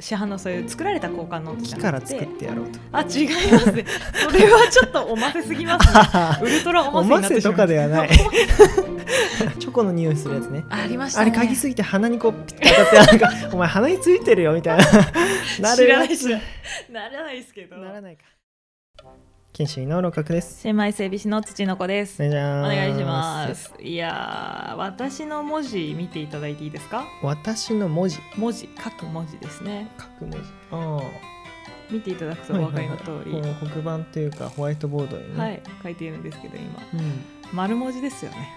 市販のそういう作られた交換ノートじ木ゃかならく作てってやろう と。あ違いますねそれはちょっとおませすぎます ねウルトラおおまませせになとってしまいかでまはすない。チョコの匂いするやつね。ありましたあねれ嗅ぎすぎて鼻にこうピッて当たってなんかお前鼻についてるよみ たいなな知るらなやい知つらないならないですけどならないか研修医の六角です新米整備士の土の子ですおお願願いいししまますすいやー私の文字見ていただいていいですか私の文字文字書く文字ですね書く文字あ見ていただくあとお分かりの通りはいはいはいこう黒板というかホワイトボードにね、はい書いているんですけど今うん丸文字ですよね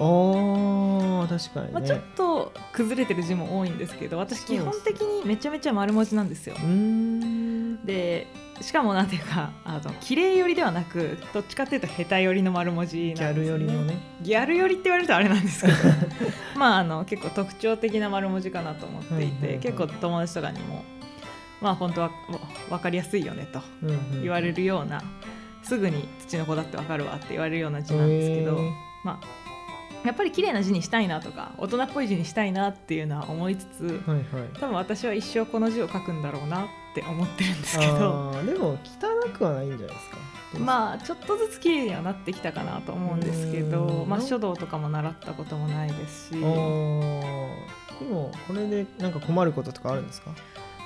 あー確かにね、まあ、ちょっと崩れてる字も多いんですけど私基本的にめちゃめちゃ丸文字なんですようーんでしかもなんていうかあの綺麗寄りではなくどっちかっていうと下手寄りの丸文字ギなャんでルす寄りのねギャル寄りって言われるとあれなん ですけどまああの結構特徴的な丸文字かなと思っていうんうんうてん結構友達とかにもまあ本当は分かりやすいよねとうんうん言われるようなすぐに土の子だって分かるわって言われるような字なんですけど、へーまあやっぱり綺麗な字にしたいなとか大人っぽい字にしたいなっていうのは思いつつはいはい多分私は一生この字を書くんだろうなって思ってるんですけどあーでも汚くはないんじゃないですかあまあちょっとずつ綺麗にはなってきたかなと思うんですけど、うんまあ、書道とかも習ったこともないですしあーでもこれでなんか困ることとかあるんですか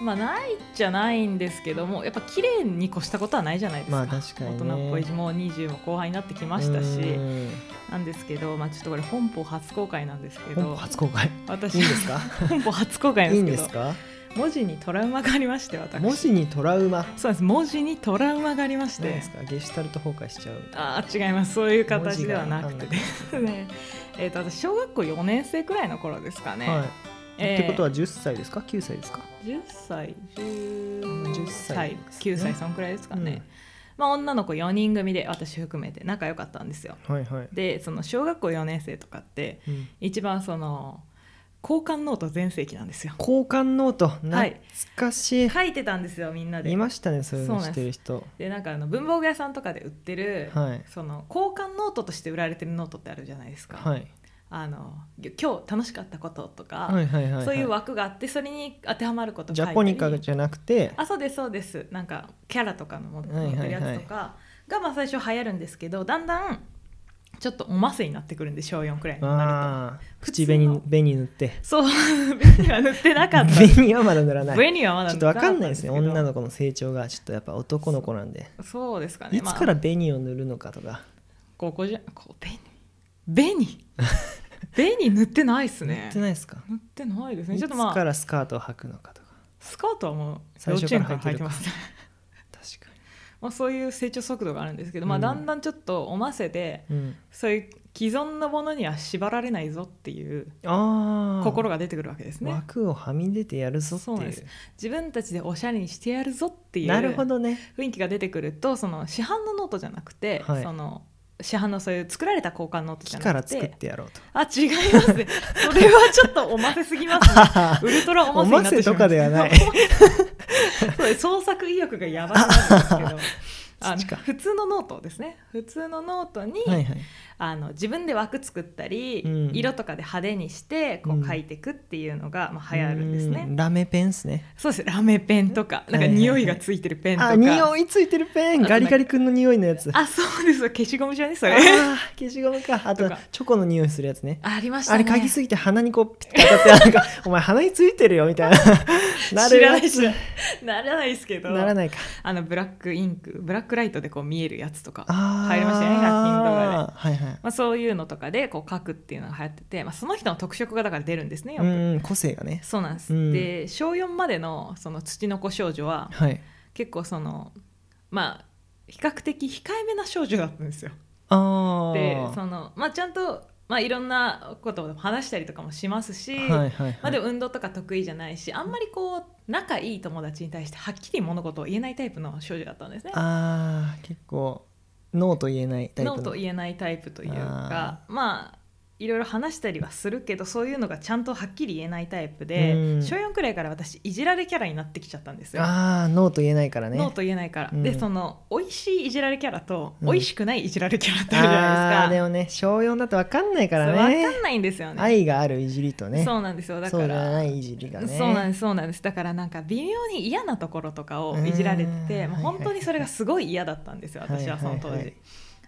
まあないじゃないんですけどもやっぱ綺麗に越したことはないじゃないですか,、まあ確かにね大人っぽい字もう20も後輩になってきましたしうんなんですけど、まあ、ちょっとこれ本邦初公開 なんですけ本邦ど初公開い私いんですか本邦初公開いいなんんでですすけどか文字にトラウマがありまして私文字にトラウマそうなんです文字にトラウマがありましなんてですかゲシュタルト崩壊しちゃうみたいなあー違いますそういう形ではなく文字てが分です ねえーと私小学校4年生くらいの頃ですかね、はい、えーってことは10歳ですか9歳ですか10歳10 10歳歳ですね9歳そんくらいですかね、まあ、女の子4人組で私含めて仲良かったんですようんはいはい、でその小学校4年生とかってうん一番その交換ノート全盛期なんですよ交換ノートは懐いかしい、、書いてたんですよみんないでましたねそういうのそうなしんてるで人でなんかあの文房具屋さんとかで売ってる、はいその交換ノートとして売られてるノートってあるじゃないですか、はいあの今日楽しかったこととか、はいはいはいはいそういう枠があってそれに当てはまることジ書いたャりポニカじゃなくてあそうですそうですなんかキャラとかの持ってはいはいはい持ってるやつとかがまあ最初流行るんですけどだんだんちょっとおませになってくるんで小4くらいになるあー普口通の紅紅塗ってとそう紅は塗ってなかった 紅はまだ塗らない紅はまだちょ塗ってとわかんないですねかった女けどの子の成長がちょっとやっぱ男の子なんでそうですかねいつかまらあ、紅を塗るのかとかここじゃこう紅 紅紅塗ってないっす塗ねってないですか塗ってないですねいちつょっとまかあらスカートを履くのかとかスカートはもう幼最稚初園からから履履いていてるかますね確かまあ、そういう成長速度があるんですけど、まうあ、んだんだんちょっとおませで、に、うん、そういう既存のものには縛られないぞっていうああ心が出てくるわけですね枠をはみ出てやるぞってそうなんいでうす自分たちでおしゃれにしてやるぞっていうなるほ雰どね囲気が出てくるとその市販のノートじゃなくて、はいその市販のそういう作られた交換ノートじ木ゃかならく作っててやろうとあ違います ねそれはちょっとおませすぎますねウルトラおませになってしまいましたおませとかではない そうです創作意欲がやばくなるんですけどあ そっちかの普通のノートですね普通のノートに、はいはいあの自分で枠作ったり、うん色とかで派手にしてこうんう書いていくっていうのが、 まあ、流行るんですね、うんラメペンですねそうですラメペンとかなんかはいはい匂いがついてるペンとか、あ匂いついてるペンあとなガんかリガリ君の匂いのやつあそうです消しゴムじゃねそあれー消しゴムかあととかチョコの匂いするやつねありましたあねれ嗅ぎすぎて鼻にこうピッて当たってなんか お前鼻についてるよみたいなな る知らなやいつ知らないならないですけど ならないかあのブラックインクブラックライトでこう見えるやつとかあー 入りましたよね100均とかで。はいはいまあ、そういうのとかでこう書くっていうのが流行ってて、まあ、その人の特色がだから出るんですねようく、んうん個性がねそうなんです、うんで小4までのその土の子少女ははい結構そのまあ比較的控えめな少女だったんですよ。ああでそのまあちゃんと、まあ、いろんなことを話したりとかもしますし、はいはまいあ、はでいも運動とか得意じゃないしあんまりこう仲いい友達に対してはっきり物事を言えないタイプの少女だったんですね。あー結構ノーと言えないタイプノのーと言えないタイプというかまあいろいろ話したりはするけどそういうのがちゃんとはっきり言えないタイプで、うん小4くらいから私いじられキャラになってきちゃったんですよ。ああノーと言えないからねノーと言えないから、うんでその美味しいいじられキャラと、うん美味しくないいじられキャラってあるじあゃーないでもね小4だと分かんないかですか、らね分かんないんですよね愛があるいじりとねそうなんですよだかそうじゃらないいじりがねそうなんですそうなんですだからなんか微妙に嫌なところとかをいじられててうんもう本当にそれがすごい嫌だったんですよはいはい私はその当時。はいはい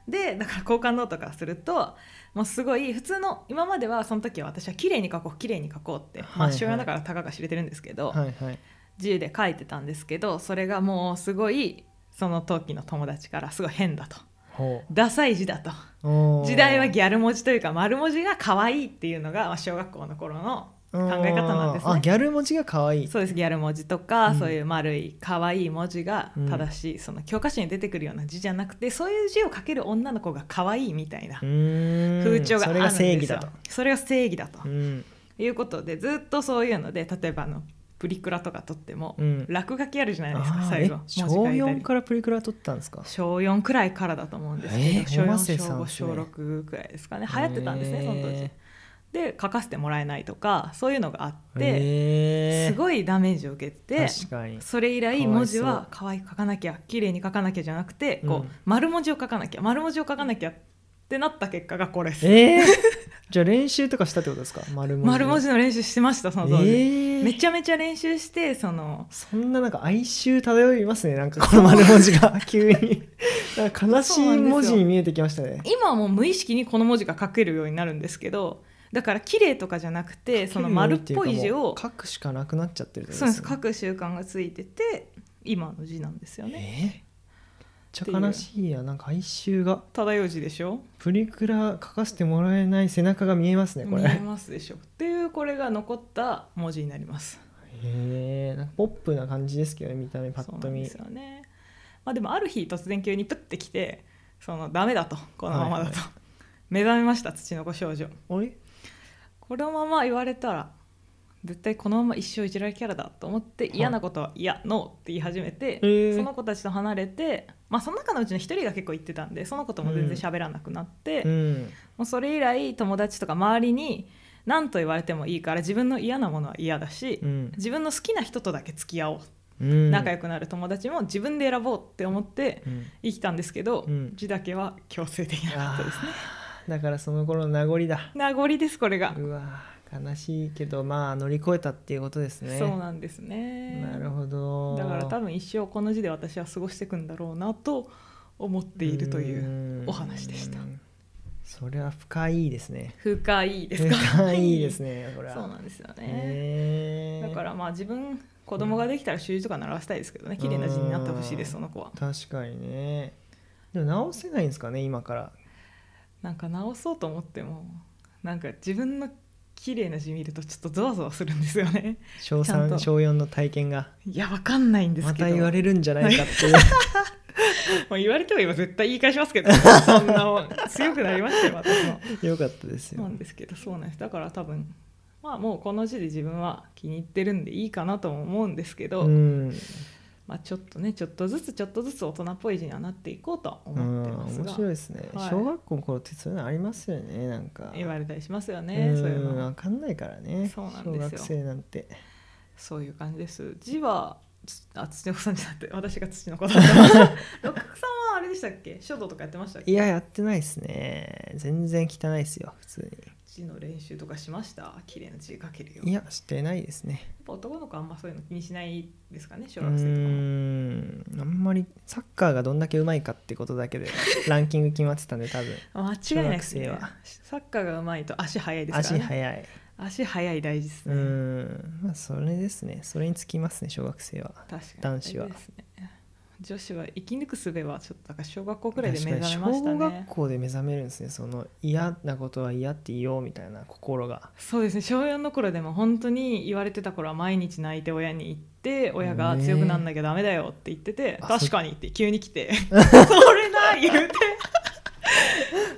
でだから交換ノートからするともうすごい普通の今まではその時は私は綺麗に書こう綺麗に書こうって、まはあいはい小4だからたかが知れてるんですけど、はいはい自由で書いてたんですけどそれがもうすごいその時の友達からすごい変だとほダサい字だとうおー時代はギャル文字というか丸文字が可愛いっていうのがまあ小学校の頃の考え方なんですねあギャル文字が可愛いそうですギャル文字とか、うんそういう丸い可愛い文字が正しい、その教科書に出てくるような字じゃなくてそういう字を書ける女の子が可愛いみたいなうーん風潮があそるれんがですよ正義だとそれが正義だと、うんいうことでずっとそういうので例えばあのプリクラとか撮っても、うん落書きあるじゃないですかあー最え後文字小書いたり4からプリクラ撮ったんですか小4くらいからだと思うんですけど、えー小小学生4さ小ん5です小ね6くらいですかね流行ってたんですね、へーその当時で書かせてもらえないとかそういうのがあって、へーすごいダメージを受けて確か にそれ以来文字は可愛く書かなきゃ綺麗に書かなきゃじゃなくて、こううん丸文字を書かなきゃ丸文字を書かなきゃってなった結果がこれですえー、じゃあ練習とかしたってことですか丸文字丸文字の練習してましたその当時、えーめちゃめちゃ練習してそのそんななんか哀愁漂いますねなんかこの丸文字 が急になんか悲しい文字に見えてきましたね今はもう無意識にこの文字が書けるようになるんですけどだから綺麗とかじゃなくてその丸っぽい字を書くしかなくなっちゃってるってこそとうでですす書く習慣がついてて今の字なんですよえーねめっちゃ悲しいやなんか哀愁が漂う字でしょプリクラ書かせてもらえない背中が見えますねこ見れえますでしょっていうこれが残った文字になりますへえなんかポップな感じですけどね見た目パそッうとなん見ですよね、まあ、でもある日突然急にプッてきてそのダメだとこのままだと、はいは目覚めました土の子少女あれこのまま言われたら絶対このまま一生いじられキャラだと思ってい嫌なことは嫌、ノーって言い始めて、ーその子たちと離れて、まあ、その中のうちの一人が結構言ってたんでその子とも全然喋らなくなって、うもんうそれ以来友達とか周りに何と言われてもいいから自分の嫌なものは嫌だし、うん自分の好きな人とだけ付き合おううん仲良くなる友達も自分で選ぼうって思ってうん生きたんですけど、うん字だけは強制できなかったですねあーだからその頃の名残だ名残ですこれが、うわー悲しいけどまあ乗り越えたっていうことですねそうなんですねなるほどだから多分一生この字で私は過ごしていくんだろうなと思っているといううお話でしたんそれは深いですね深いですか深いですねこれはそうなんですよね、ねだからまあ自分子供ができたら習字とか習わせたいですけどね綺麗な字になってほしいですうそんの子は確かにねでも直せないんですかね今からなんか直そうと思ってもなんか自分の綺麗な字見るとちょっとゾワゾワするんですよね 小ちゃんと3小4の体験がいやわかんないんですまけどた言 われるんじゃないかっていうもう言われても今絶対言い返しますけどそんなもん強くなりましたよ私も よかったですなよんですけどそうなんですだから多分まあもうこの字で自分は気に入ってるんでいいかなとも思うんですけど、うんまあ、ちょっとねちょっとずつちょっとずつ大人っぽい字にはなっていこうとはう思ってんます面が、白いですね、はい小学校の頃ってそういうのありますよねなんか言われたりしますよね、うんそういうのわかんないからねそうなんですよ小学生なんてそういう感じです字はつあ土の子さんじゃなくて私が土の子だった六角さんはあれでしたっけ書道とかやってましたっけ いややってないですね全然汚いですよ普通字の練習とかしました綺麗な字書けるようにいやっやしてないですねぱ男の子はあんまそういうの気にしないですかね小うー学生とかもんあんまりサッカーがどんだけうまいかってことだけでランキング決まってたんで多分間違いないです小ね学生はサッカーがうまいと足速いですからね足速い足速い大事ですうね、ーんまあそれですねそれにつきますね小学生は確かに男子は大事ですね女子は生き抜く術はちょっとだから小学校くらいで確目かに覚めました小ね学校で目覚めるんですねその嫌なことは嫌って言おうみたいな心がそうですね小4の頃でも本当に言われてた頃は毎日泣いて親に言って親が強くなんなきゃダメだよって言ってて、あ確かにって急に来 てそれな言うて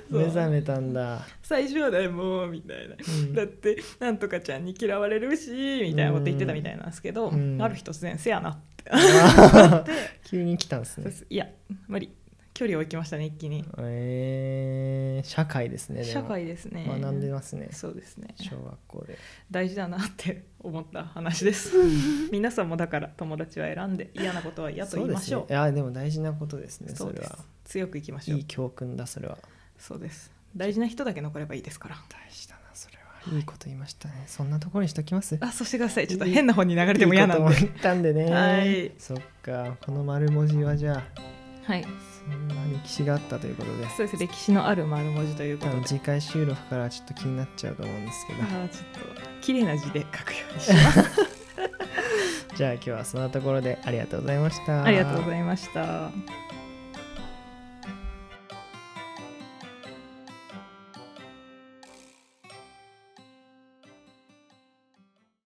そう目覚めたんだ、最初はねもうみたいなうんだってなんとかちゃんに嫌われるしみたいなこと言ってたみたいなんですけど、うんある日突然「せやな」って あー急に来たんですそうでねすいや無理距離を置きましたね一気にえー、社会ですねでも社会ですね学んでますねそうですね小学校で大事だなって思った話です皆さんもだから友達は選んで嫌なことは嫌と言いましょうそですねいやでも大事なことですねそそうれですは強くいきましょういい教訓だそれはそうです大事な人だけ残ればいいですから大事だなそれはいいこと言いましたねそんなところにしときますあそうしてくださいちょっと変な方に流れても嫌なんでいいことも言ったんでねはいそっかこの丸文字はじゃあはいそんな歴史があったということでそうです歴史のある丸文字というこ多と分で次回収録からちょっと気になっちゃうと思うんですけあどーちょっと綺麗な字で書くようにします じゃあ今日はそんなところでありがとうございましたありがとうございました